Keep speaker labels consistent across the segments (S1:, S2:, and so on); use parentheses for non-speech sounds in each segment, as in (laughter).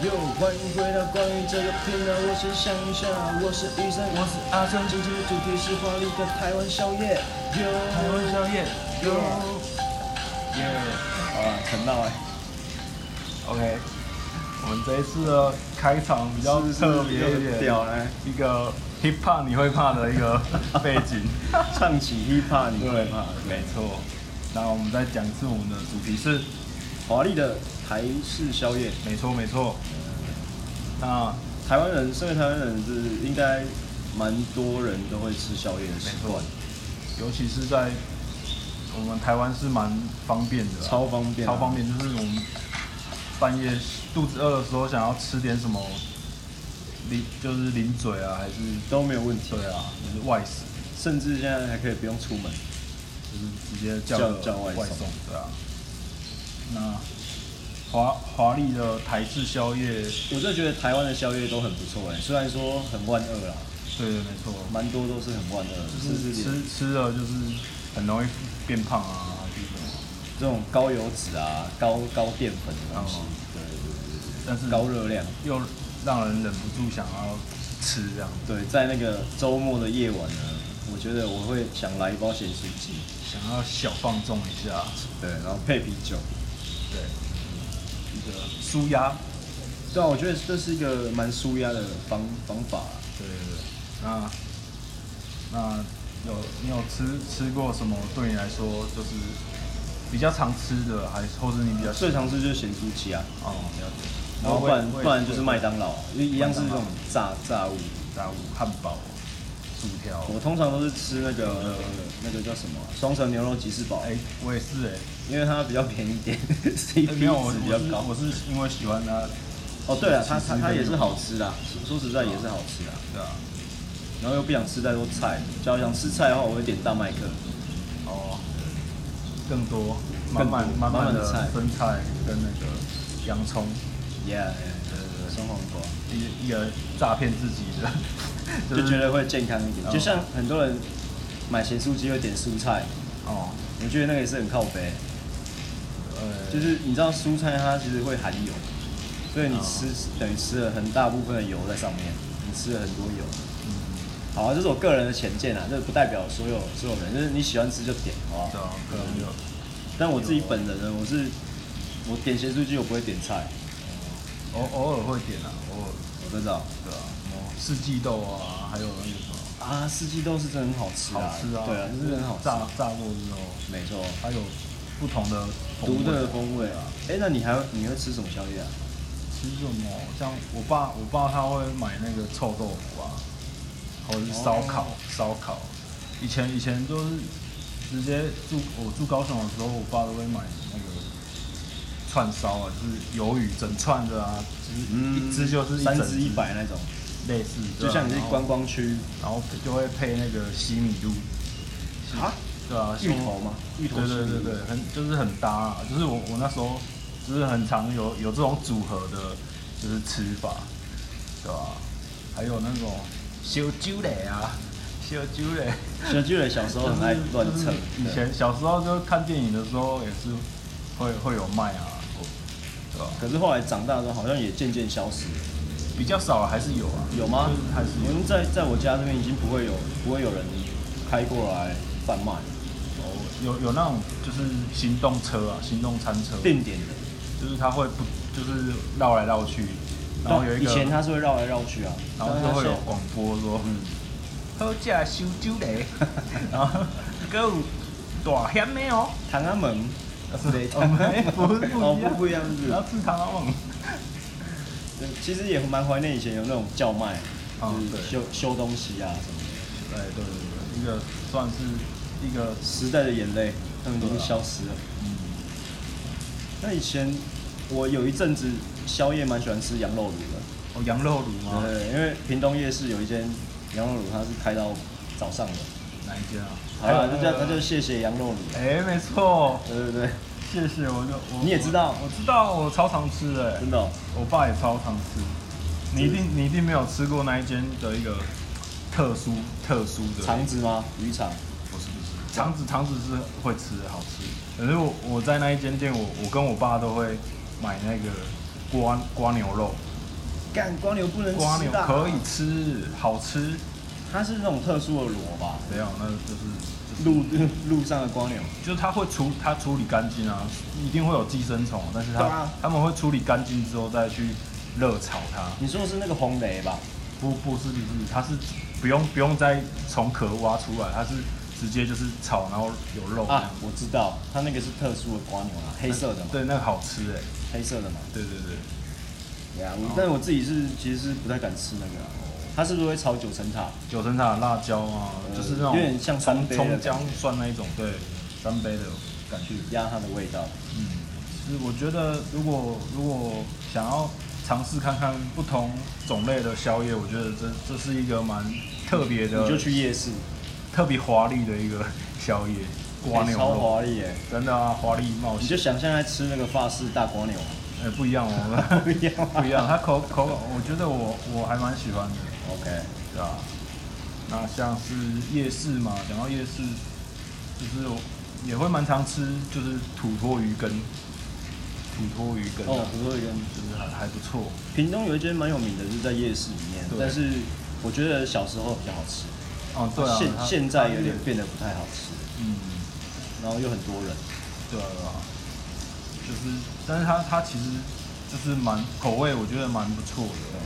S1: 又欢迎回到关于这个频道，我是向夏，我是医生，我是阿川，今天的主题是华丽的台湾宵夜。哟，
S2: 台湾宵夜，
S1: 哟，
S2: 耶
S1: 好
S2: 啊
S1: 了，陈闹哎，
S2: ，OK，我们这一次的开场比较
S1: 是不是
S2: 特别哎
S1: 有
S2: 一点，
S1: 屌呢，
S2: 一个 hip hop 你会怕的一个背景，
S1: 唱起 hiphop 你会怕？
S2: 没错。那我们再讲一次我们的主题是，
S1: 华丽的台式宵夜，
S2: 没错没错。那
S1: 台湾人身为台湾人是应该蛮多人都会吃宵夜的习惯，
S2: 尤其是在我们台湾是蛮方便的啊，
S1: 超方便啊、
S2: 超方便，就是我们半夜肚子饿的时候想要吃点什么，零就是零嘴啊，还是
S1: 都没有问题，
S2: 对啊，就是外食。
S1: 甚至现在还可以不用出门。
S2: 就是直接叫
S1: 叫
S2: 个
S1: 叫外送
S2: 送，对啊。那华华丽的台式宵夜，
S1: 我就觉得台湾的宵夜都很不错哎、虽然说很万恶啊啦，
S2: 对的，没错，
S1: 蛮多都是很万恶，
S2: 就
S1: 甚
S2: 嗯是
S1: 至连
S2: 吃吃了就是很容易变胖啊，这种。
S1: 这种高油脂啊、高高淀粉的东西
S2: 哦，嗯
S1: 对
S2: 但是
S1: 对对，高热量。
S2: 又让人忍不住想要吃这样，
S1: 对，在那个周末的夜晚呢，我觉得我会想来一包咸酥鸡，
S2: 想要小放纵一下，
S1: 对，然后配啤酒。
S2: 对，一个舒压，
S1: 对啊，我觉得这是一个蛮舒压的方方法啊、
S2: 对对对。那那有你有吃吃过什么对你来说就是比较常吃的，还是或者你比较喜
S1: 最常吃就是咸酥鸡啊，
S2: 哦，了解。
S1: 然后不然不然就是麦
S2: 麦当
S1: 当劳啊，因为一样是这种炸炸物。
S2: 炸物、汉堡、薯条。
S1: 我通常都是吃那个、那个叫什么啊双层牛肉吉士堡，
S2: 哎、我也是哎、
S1: 因为它比比较便宜一点
S2: 哎没有
S1: ，CP
S2: 我
S1: 值比较高
S2: 我。是我是因为喜欢它，
S1: 哦，对了，它
S2: 其实
S1: 它它也是好吃啦，说说实在也是好吃啦。
S2: 对啊，
S1: 然后又不想吃太多菜，只要想吃菜的话，我会点大麦克。
S2: 哦，更多
S1: 更多
S2: 满满满
S1: 满满
S2: 满
S1: 的
S2: 的
S1: 菜
S2: 生菜跟那个洋葱，
S1: Yeah，
S2: 对对对
S1: 生黄瓜
S2: 一一个诈骗自己的，
S1: 就
S2: 啊
S1: 觉得会健康一点。
S2: 哦
S1: 就像很多人买咸酥鸡会点蔬菜，
S2: (laughs) 哦，
S1: 我觉得那个也是很靠背。
S2: 呃，
S1: 就是你知道蔬菜它其实会含油，所
S2: 嗯
S1: 以你吃等于吃了很大部分的油在上面，你吃了很多油。
S2: 嗯，
S1: 好啊，这是我个人的浅见啊，这不代表所有所有人，就是你喜欢吃就点，好不
S2: 对
S1: 好？
S2: 啊，可能有，
S1: 但我自己本人呢，我是我点咸酥鸡，我不会点菜，
S2: 偶偶尔会点啊，偶尔，
S1: 我知道。
S2: 对啊，什么四季豆啊，还有那个什么。
S1: 啊，四季豆是真的很好吃
S2: 好
S1: 啊，
S2: 吃啊，
S1: 对啊，就是很好吃，
S2: 炸炸过之后，
S1: 没错，
S2: 它有不同的风
S1: 独
S2: 味
S1: 特的风味啊。哎、那你还会你会吃什么宵夜啊？
S2: 吃什么？像我爸，我爸他会买那个臭豆腐啊，或者是烧烤，
S1: 哦
S2: 烧、烤。以前以前就是直接住我住高雄的时候，我爸都会买那个串烧啊，就是鱿鱼整串的啊，就是一只就是一整
S1: 嗯三只一，百那种，
S2: 类似，对
S1: 就
S2: 啊
S1: 像你是
S2: 然后
S1: 观光区
S2: 然后就会配那个西米露，
S1: 啊，
S2: 对啊，
S1: 芋头吗？芋头
S2: 对
S1: 西
S2: 对
S1: 米
S2: 对对，很就是很搭、啊，就是我我那时候就是很常有有这种组合的，就是吃法，对吧、还有那种小酒类啊，小酒类，
S1: 小巨人小时候哦很爱乱
S2: 就是
S1: 蹭，
S2: 以前小时候就看电影的时候也是会会有卖啊，对吧、
S1: 可是后来长大之后好像也渐渐消失了，
S2: 比较少还是有啊，
S1: 有吗
S2: 就是还是
S1: 我
S2: 有
S1: 们在在我家这边已经不会有不会有人开过来贩卖了
S2: 有有那种就是行动车啊，行动餐车，
S1: 定点的，
S2: 就是它会不就是绕来绕去，然后有
S1: 但
S2: 一个
S1: 以前它是会绕来绕去啊，
S2: 然后
S1: 但
S2: 就
S1: 它
S2: 会
S1: 现
S2: 有
S1: 在
S2: 广播说
S1: 嗯，
S2: 好食烧酒嘞，然后还有大咸的哦，
S1: 唐安门，对，
S2: 哦没不是不
S1: 哦
S2: 一样
S1: 不不一样是不是
S2: 然后吃糖梦，
S1: 对嗯其实也蛮怀念以前有那种叫卖，
S2: 哦
S1: 就是
S2: 对
S1: 修修东西啊什么的。
S2: 哎对对对，一个算是一个
S1: 时代的眼泪，他们已经
S2: 对啊
S1: 消失了。
S2: 嗯，
S1: 那以前我有一阵子宵夜蛮喜欢吃羊肉炉
S2: 哦羊肉炉吗
S1: 的，？对，因为屏东夜市有一间羊肉炉，它是开到早上的。
S2: 哪一间啊？
S1: 好了，
S2: 还有
S1: 那
S2: 个
S1: 就那就谢谢羊肉炉。
S2: 哎没错，
S1: 对对对，
S2: 谢谢我就我
S1: 你也知道
S2: 我知道我超常吃的哎
S1: 真，的哦、
S2: 我爸也超常吃，你一定你一定没有吃过那一间的一个特殊特殊的
S1: 肠子吗？鱼肠？
S2: 不是不是，肠子肠子是会吃的，好吃。可是我我在那一间店，我我跟我爸都会买那个瓜瓜牛肉，
S3: 干瓜牛不能吃
S2: 瓜牛
S3: 的啊，
S2: 可以吃，好吃。
S1: 它是那种特殊的螺吧？
S2: 没有，那就是
S1: 路路上的光牛，
S2: 就是它会处它处理干净啊，一定会有寄生虫，但是它、
S3: 对啊
S2: 他们会处理干净之后再去热炒它，
S1: 你说的是那个红雷吧？
S2: 不不是不是，它是不用不用再从壳挖出来，它是直接就是炒然后有肉这样
S1: 啊，我知道，它那个是特殊的瓜牛啊，黑色的嘛，
S2: 对，那个好吃哎、
S1: 黑色的嘛。
S2: 对对对，
S1: 对啊，我但我自己是其实是不太敢吃那个啊、它是不是会炒九层塔？
S2: 九层塔辣椒啊，
S1: 呃
S2: 就是那种
S1: 有点像三
S2: 葱
S1: 杯的
S2: 葱
S1: 感觉
S2: 姜蒜那一种，对，三杯的感觉。
S1: 压它的味道。
S2: 嗯，是我觉得如果如果想要尝试看看不同种类的宵夜，我觉得这这是一个蛮特别的，
S1: 你就去夜市，
S2: 特别华丽的一个宵夜，瓜
S1: 欸
S2: 牛
S1: 超
S2: 肉，
S1: 华丽耶！
S2: 真的啊，华丽冒
S1: 你就
S2: 险，
S1: 想象在吃那个法式大瓜牛啊，
S2: 哎、不一样哦，
S1: (laughs) 不一样啊
S2: 不一样，它口口感，我觉得我我还蛮喜欢的，
S1: OK，
S2: 对啊。那像是夜市嘛，讲到夜市，就是我也会蛮常吃，就是土托鱼羹，土托鱼羹、啊
S1: 哦，，不错一个。
S2: 就是还还不错。
S1: 屏东有一间蛮有名的，就是在夜市里面，
S2: 对
S1: 但是我觉得小时候比较好吃，
S2: 哦，对啊，它
S1: 现现在有点
S2: 它是
S1: 变得不太好吃，
S2: 嗯，
S1: 然后又很多人。
S2: 对啊，对啊，就是，但是它它其实就是蛮口味，我觉得蛮不错的。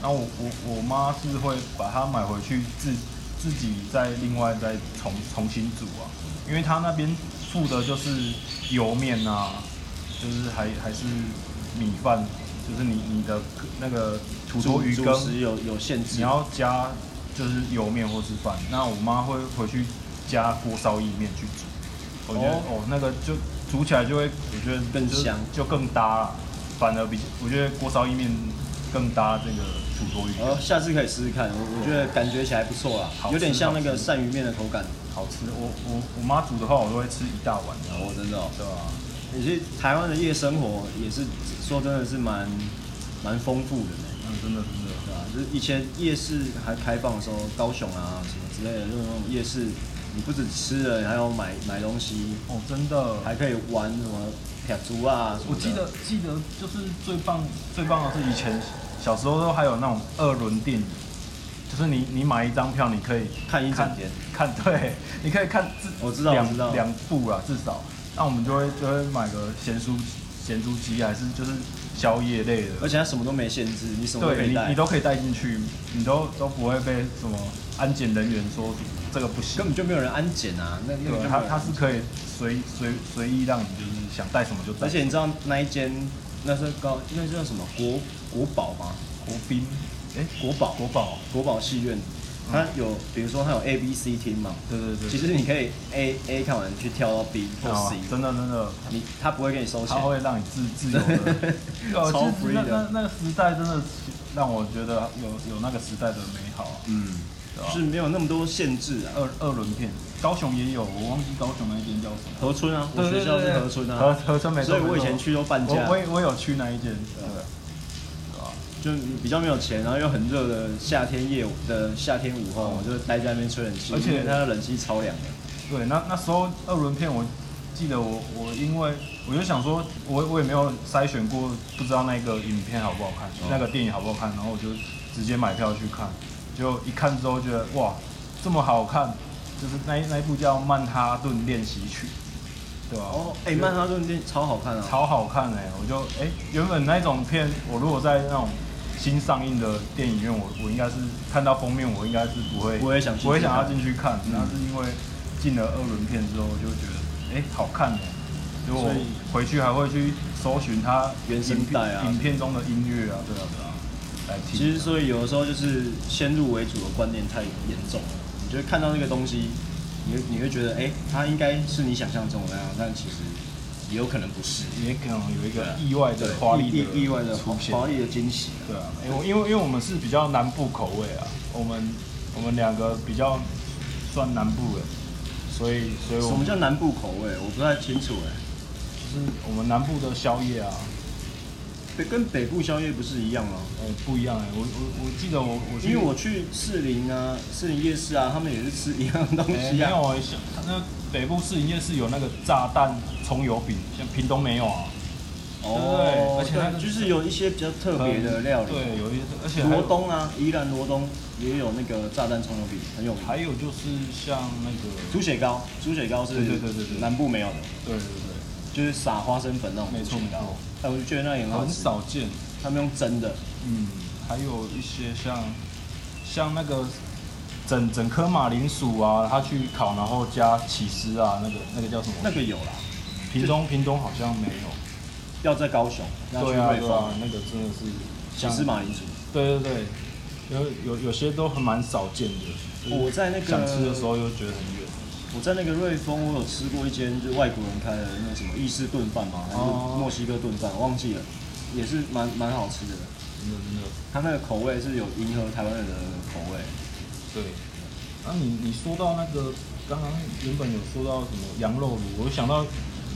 S2: 然后我我我妈是会把它买回去自自己再另外再重重新煮啊，因为它那边附的就是油面啊，就是还还是米饭，就是你你的那个土
S1: 主
S2: 托鱼
S1: 主
S2: 羹
S1: 食有有限制，
S2: 你要加就是油面或是饭，那我妈会回去加锅烧意面去煮，我觉得
S1: 哦
S2: 哦那个就煮起来就会，我觉得
S1: 更
S2: 就
S1: 香
S2: 就更搭了，反而比我觉得锅烧意面更搭这个土托鱼，
S1: 然后下次可以试试看，我我觉得感觉起来不错啦
S2: 好，吃
S1: 有点像那个
S2: 好吃
S1: 鳝鱼面的口感。
S2: 好吃。我我我妈煮的话，我都会吃一大碗的，
S1: 哦，真的哦，
S2: 对啊吧、
S1: 你去台湾的夜生活也是说真的是蛮蛮丰富的呢，
S2: 嗯，真的真的，
S1: 对吧、就是以前夜市还开放的时候，高雄啊什么之类的，就是那种夜市，你不止吃了，你还有买买东西，
S2: 哦真的。
S1: 还可以玩什么撇竹啊什么的。
S2: 我记得记得就是最棒最棒的是以前小时候都还有那种二轮电影，就是你你买一张票，你可以
S1: 看一整天
S2: 看，看对，你可以看至
S1: 我知道
S2: 两
S1: 我知道
S2: 两部啊啦，至少，那我们就会就会买个咸酥咸酥鸡，啊还是就是宵夜类的，
S1: 而且它什么都没限制，你什么都可
S2: 对
S1: 以
S2: 你
S1: 带，
S2: 你都可以带进去，你都都不会被什么安检人员说这个不行
S1: 根。本就没有人安检啊，那那个就没有
S2: 对，
S1: 人
S2: 他他是可以随随随意让你就是想带什么就带，
S1: 而且你知道那一间那时候高那叫什么国国宝吗？
S2: 国宾，哎、
S1: 国宝
S2: 国宝，
S1: 国宝戏院，它有、比如说它有 A B C 厅嘛，
S2: 对对对，
S1: 其实你可以 A A 看完去跳到 B 或
S2: 哦
S1: C，、
S2: 真的
S1: (laughs)
S2: 真的，
S1: 你啊他不会给你收钱，
S2: 它。会让你自自由的
S1: (laughs)
S2: 哦
S1: 超
S2: 其
S1: free
S2: 实那
S1: 的
S2: 那那个时代真的让我觉得有有那个时代的美好啊，
S1: 嗯，
S2: 对
S1: 就是
S2: 吧？
S1: 没有那么多限制啊。
S2: 二二轮片，高雄也有，我忘记高雄那一间叫什么。
S1: 河村啊，我
S2: 对对
S1: 学校
S2: 对
S1: 是
S2: 对
S1: 河村
S2: 河
S1: 啊，
S2: 河村没
S1: 所
S2: 错，
S1: 以我
S2: 没
S1: 以
S2: 错
S1: 前去都半价
S2: 我我，也我有去那一间，对，
S1: 就比较没有钱，然后又很热的夏天夜的夏天午后，我就待在那边吹冷气，
S2: 而且
S1: 因为它的冷气超凉的。
S2: 对，那那时候二轮片，我记得我我因为我就想说，我我也没有筛选过，不知道那个影片好不好看，
S1: 哦
S2: 那个电影好不好看，然后我就直接买票去看，就一看之后觉得哇，这么好看，就是那一那一部叫《曼哈顿练习曲》，对吧、
S1: 哦，哎，曼哈顿店超好看啊，
S2: 超好看哎、我就哎、原本那种片，我如果在那种新上映的电影院，我我应该是看到封面，我应该是不会
S1: 不会想进去
S2: 不会想要
S1: 看嗯
S2: 进去看，那、是因为进了二轮片之后，我就觉得哎、好看哎、所以我
S1: 所以
S2: 回去还会去搜寻它
S1: 原声
S2: 影片
S1: 带啊
S2: 影片中的音乐啊，对啊对啊，来听。
S1: 其实，所以有的时候就是先入为主的观念太严重了，你就会看到那个东西，你会你会觉得，哎、它应该是你想象中的那样，但其实也有可能不是。
S2: 也可能有一
S1: 对
S2: 个
S1: 啊
S2: 意外的华丽
S1: 意
S2: 的
S1: 意意外的
S2: 出现，
S1: 华丽的惊喜啊、
S2: 对啊，因为因为因为我们是比较南部口味啊，我们我们两个比较算南部人，所以所以我
S1: 什么
S2: 们
S1: 叫南部口味？我不太清楚哎、
S2: 就是我们南部的宵夜啊，
S1: 北跟北部宵夜不是一样吗？
S2: 呃不一样哎、我我我记得我我去
S1: 因为我去士林啊、士林夜市啊，他们也是吃一样的东
S2: 哎
S1: 西
S2: 没
S1: 啊。
S2: (laughs) 有哎像那北部市营夜市有那个炸弹葱油饼，像屏东没有啊，对而且它
S1: 哦对就是有一些比较特别的料理，
S2: 对，有一些，而且还有
S1: 罗东啊，宜兰罗东也有那个炸弹葱油饼，很有名。
S2: 还有就是像那个，
S1: 猪血糕，猪血糕是
S2: 对对对对对
S1: 南部没有的，
S2: 对对对，
S1: 就是撒花生粉那种
S2: 没
S1: 猪
S2: 错
S1: 血
S2: 没
S1: 糕
S2: 错，
S1: 哎，我就觉得那也很好
S2: 很
S1: 吃。
S2: 少见。
S1: 他们用蒸的，
S2: 嗯，还有一些像像那个整整颗马铃薯啊，它去烤，然后加起司啊，那个那个叫什么？
S1: 那个有啦，
S2: 屏东屏东好像没有。
S1: 要在高雄，要去
S2: 对啊
S1: 瑞
S2: 对啊
S1: 丰，，
S2: 那个真的是
S1: 起司马铃薯。
S2: 对对对，有有有些都还蛮少见的。
S1: 我在那个
S2: 想吃的时候又觉得很远。
S1: 我在那个瑞丰，我有吃过一间就是外国人开的那个什么意式炖饭嘛，还是
S2: 哦
S1: 墨西哥炖饭，我忘记了，也是蛮蛮好吃的。
S2: 真的真的，
S1: 它那个口味是有迎合台湾人的口味，
S2: 对。那、你你说到那个刚刚原本有说到什么羊肉卤，我想到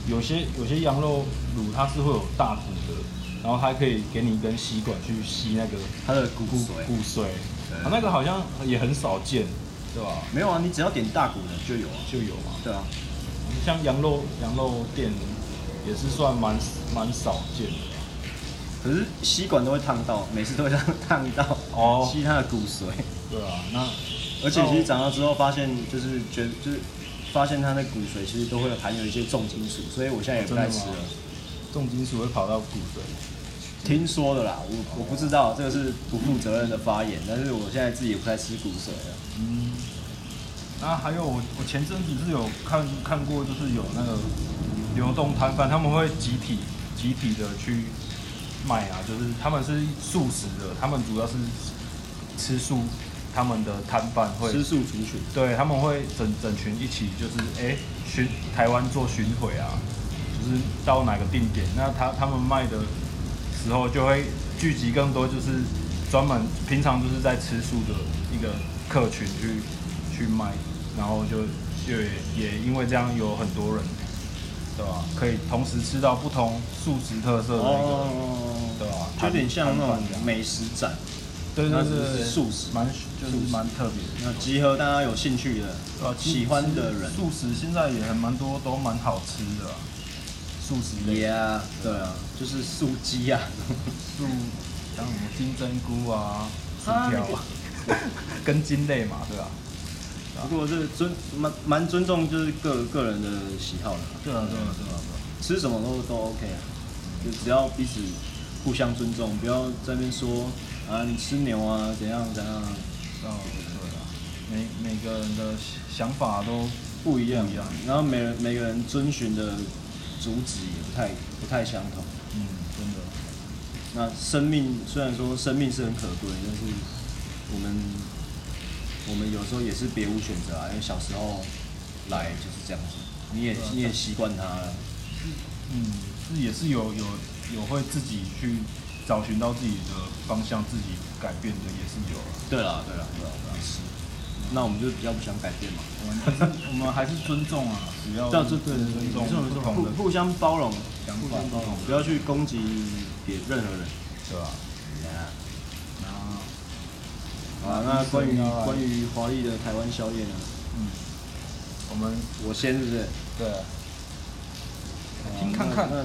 S2: 有些有些羊肉卤它是会有大骨的，然后它可以给你一根吸管去吸那个
S1: 它的骨
S2: 骨
S1: 髓
S2: 骨髓，
S1: 对
S2: 啊，那个好像也很少见，对吧？
S1: 没有啊，你只要点大骨的就有啊。
S2: 就有嘛，
S1: 对啊，
S2: 像羊肉羊肉店也是算蛮蛮少见的，
S1: 可是吸管都会烫到，每次都会烫烫到
S2: 哦
S1: 吸它的骨髓。
S2: 对啊，那
S1: 而且其实长大之后发现，就是觉就是发现它的骨髓其实都会含有一些重金属，所以我现在也不
S2: 真
S1: 太
S2: 的
S1: 吃
S2: 吗
S1: 了。？
S2: 重金属会跑到骨髓，
S1: 听说的啦，我我不知道，这个是不负责任的发言，但是我现在自己也不太吃骨髓了。
S2: 嗯，那还有我我前阵子是有看看过，就是有那个流动摊贩，他们会集体集体的去卖啊，就是他们是素食的，他们主要是吃素，他们的摊贩会
S1: 吃素族群，
S2: 对，他们会整整群一起，就是哎巡台湾做巡回啊，就是到哪个定点，那他他们卖的时候就会聚集更多，就是专门平常就是在吃素的一个客群去去卖，然后就就也也因为这样有很多人，对吧？可以同时吃到不同素食特
S1: 哦
S2: 色的一个，对吧？
S1: 就有点像那
S2: 摊
S1: 种
S2: 贩这样
S1: 美食展，
S2: 对对
S1: 那
S2: 对
S1: 只
S2: 对
S1: 是素食
S2: 蛮就是蛮特别的。
S1: 那集合大家有兴趣的、
S2: 呃，其实
S1: 喜欢的人。
S2: 素食现在也还蛮多，都蛮好吃的啊、素食类，
S1: 呀，对啊，就是素鸡 (laughs) 啊，
S2: 素像什么金针菇啊、薯
S1: 啊
S2: 条
S1: (laughs)
S2: 啊，跟筋类嘛，对吧、
S1: 不过这尊蛮蛮尊重就是个个人的喜好的啦，
S2: 对啊，对啊，对啊，对啊。
S1: 吃什么都都 OK 啊，就只要彼此互相尊重，不要在那边说啊你吃牛啊怎样怎样，
S2: 哦，对啊，每每个人的想法都
S1: 不一样
S2: 不一样，
S1: 然后每人每个人遵循的主旨也不太不太相同。
S2: 嗯，真的
S1: 那生命虽然说生命是很可贵，但是我们我们有时候也是别无选择啊，因为小时候来就是这样子，你也
S2: 对啊
S1: 你也习惯它了。
S2: 嗯，是也是有有有会自己去找寻到自己的方向，自己改变的也是有啊。
S1: 对啦，对啦，对啦，对啦，是。那我们就比较不想改变嘛，
S2: 我们还是我们还是尊重啊，只要
S1: 这样就 (laughs) 对对
S2: 尊
S1: 对，
S2: 重
S1: 没错没
S2: 不
S1: 错
S2: 同的
S1: 互互相包容，
S2: 想
S1: 互
S2: 法
S1: 相包容，
S2: 不
S1: 不要去攻击别任何人。
S2: 对啊吧、
S1: 好啊，那关于
S2: 是要来
S1: 关于华丽的台湾宵夜呢？
S2: 嗯，我们
S1: 我先是不是？
S2: 对，嗯听看看
S1: 那那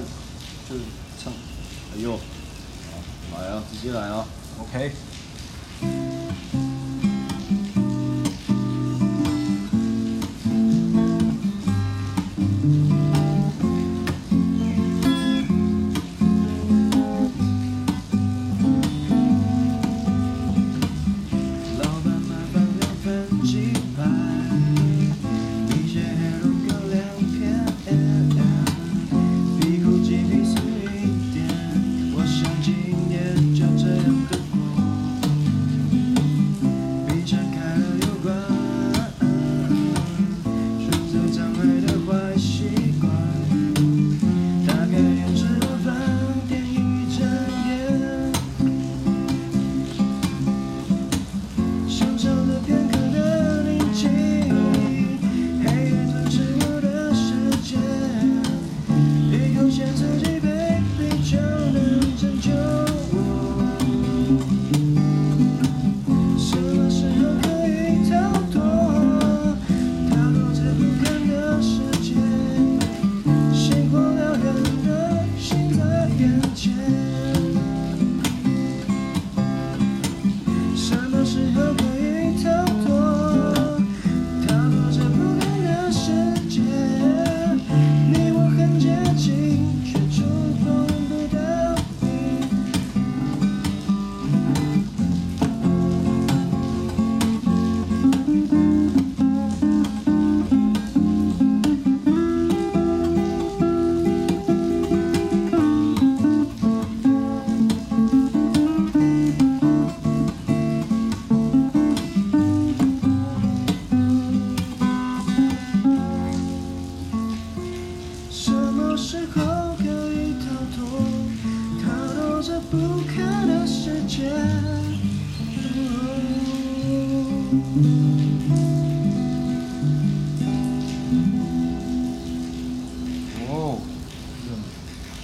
S1: 就唱，哎呦，好来啊，直接来啊！
S2: ，OK。
S1: 老板，麻烦两份鸡排，米线黑肉各两片，皮裤鸡皮丝一点，我想今夜就这样度过。
S3: 有着不可的世界。
S2: 哦，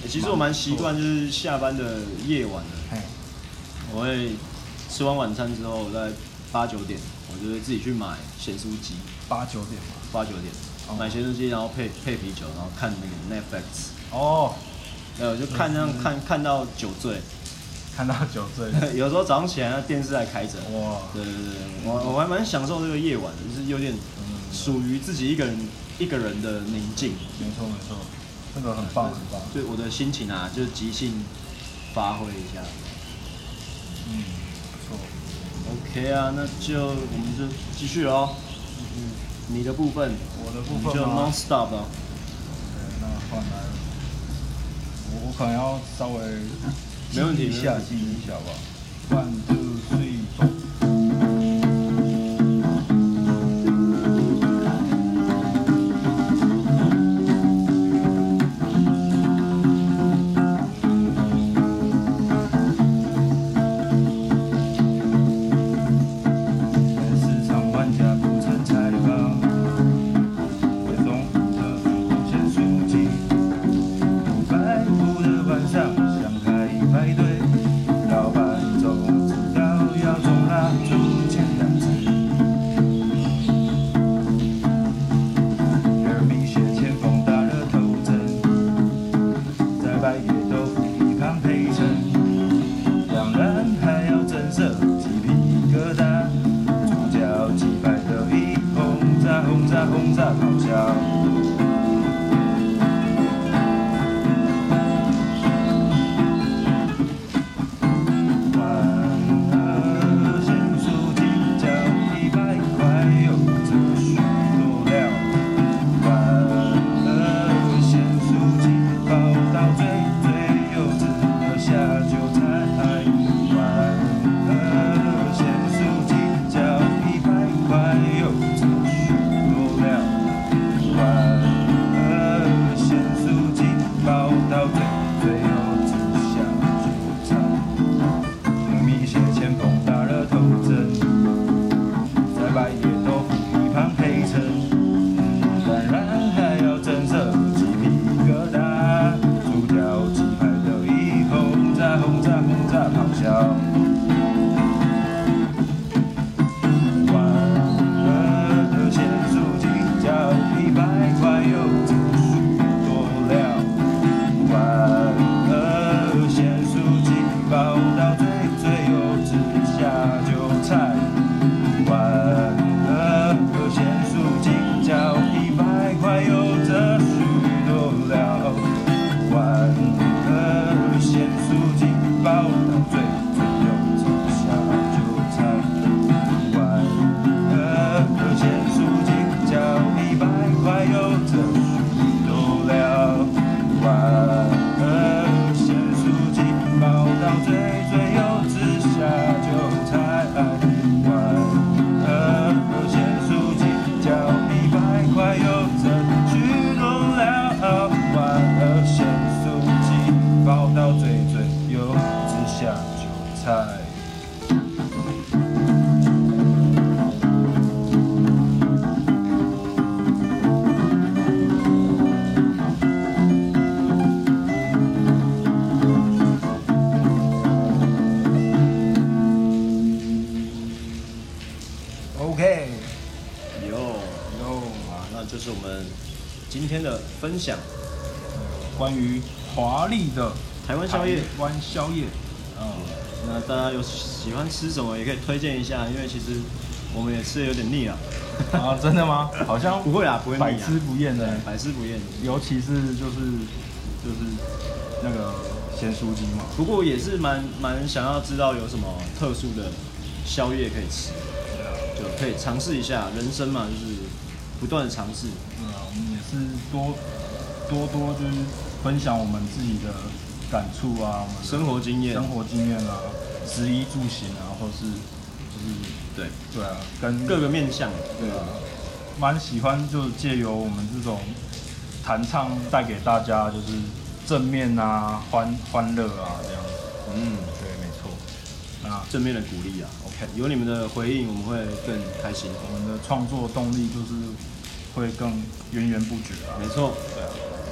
S1: 欸其实我蛮习惯，就是下班的夜晚的，
S2: 嘿，
S1: 我会吃完晚餐之后，大概八九点，我就会自己去买咸酥鸡，
S2: 八九点嘛。
S1: 八九点
S2: 哦
S1: 买咸酥鸡，然后配配啤酒，然后看那个 Netflix，
S2: 哦，
S1: 对，我就看那样看看到酒醉， (laughs)
S2: 看到酒醉，
S1: 有时候早上起来那电视还开着。
S2: 哇，
S1: 对对对，我我还蛮享受这个夜晚的，就是有点
S2: 嗯
S1: 属于自己一个人一个人的宁静。
S2: 没错没错，这个很棒很棒。
S1: 所以我的心情啊，就是即兴发挥一下。
S2: 嗯，不错。
S1: OK 啊，那就我们就继续喽。嗯，你的部分，
S2: 我的部
S1: 我们
S2: 分
S1: 就啊
S2: 吗
S1: non？stop 了。
S2: 对，那换来我我可能要稍微
S1: 没问题
S2: 记一下
S1: 没问
S2: 记一下吧。One two three four。全市场玩家不参采吧。回笼的潜水机，五百五的晚上想开派对，老板总知道要做蜡烛简单吃。二米雪前锋打了头阵，在白夜豆腐一旁陪衬，当然还要震慑鸡皮疙瘩，主角击败的一轰炸轰炸轰炸咆哮。万恶咸酥鸡脚一百块，有着许多料。万恶咸酥鸡包到最最有汁的下酒菜。万恶咸酥鸡脚一百块，有着许多料。万恶咸酥鸡包到最最有汁下酒菜。蜜雪前锋打了头阵，在白夜豆腐一旁陪衬，当然还要震慑鸡皮疙瘩，主角鸡排都一轰炸轰炸轰炸咆哮。万恶的咸酥鸡脚一百块，有着许多料。万恶咸酥鸡包到最最优质下酒菜，万恶咸酥鸡脚一百块有着许多料，万恶咸酥鸡包到最最优质下酒菜，万恶咸酥鸡脚一百块有着许多料。万恶咸酥鸡包到最最优质下酒菜，万恶咸酥鸡脚一百块有着许多料，万恶咸酥鸡包到最最优质下酒菜。OK，
S1: 有
S2: 有
S1: 啊，那就是我们今天的分享，
S2: 关于华丽的
S1: 台湾宵夜。
S2: 台湾宵夜，嗯。
S1: 那大家有喜欢吃什么，也可以推荐一下，因为其实我们也吃的有点腻了。
S2: 啊，真的吗？好 (laughs) 像
S1: 不会啦，不会腻啊
S2: 百吃不厌的，
S1: (laughs) 百吃不厌。
S2: 尤其是就是就是那个咸酥鸡嘛。
S1: 不过也是蛮蛮想要知道有什么特殊的宵夜可以吃，
S2: 啊
S1: 就可以尝试一下。人生嘛，就是不断的尝试。
S2: 对啊，我们也是多多多就是分享我们自己的感触啊，我们的
S1: 生活经验
S2: 生活经验啊，食衣住行啊，或是就是
S1: 对
S2: 对啊，跟
S1: 各个面向。
S2: 对啊，蛮喜欢就借由我们这种弹唱带给大家就是正面啊、欢欢乐啊这样。
S1: 嗯，
S2: 对，没错。那
S1: 正面的鼓励啊，OK，有你们的回应，我们会更开心。
S2: 我们的创作动力就是会更源源不绝啊。
S1: 没错，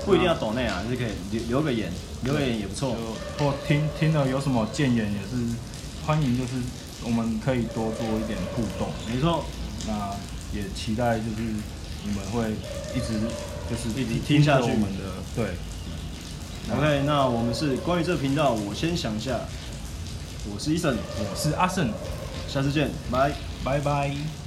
S1: 不一定要抖内啊，就是可以留留个言，留个言也不错。
S2: 或听听了有什么建言也是欢迎，就是我们可以多做一点互动。
S1: 没错，
S2: 那也期待就是你们会一直就是
S1: 一直听下去
S2: 着我们的对，
S1: OK，那我们是关于这个频道，我先想一下。我是 Eason，
S2: 我是阿胜，
S1: 下次见，拜。
S2: 拜拜。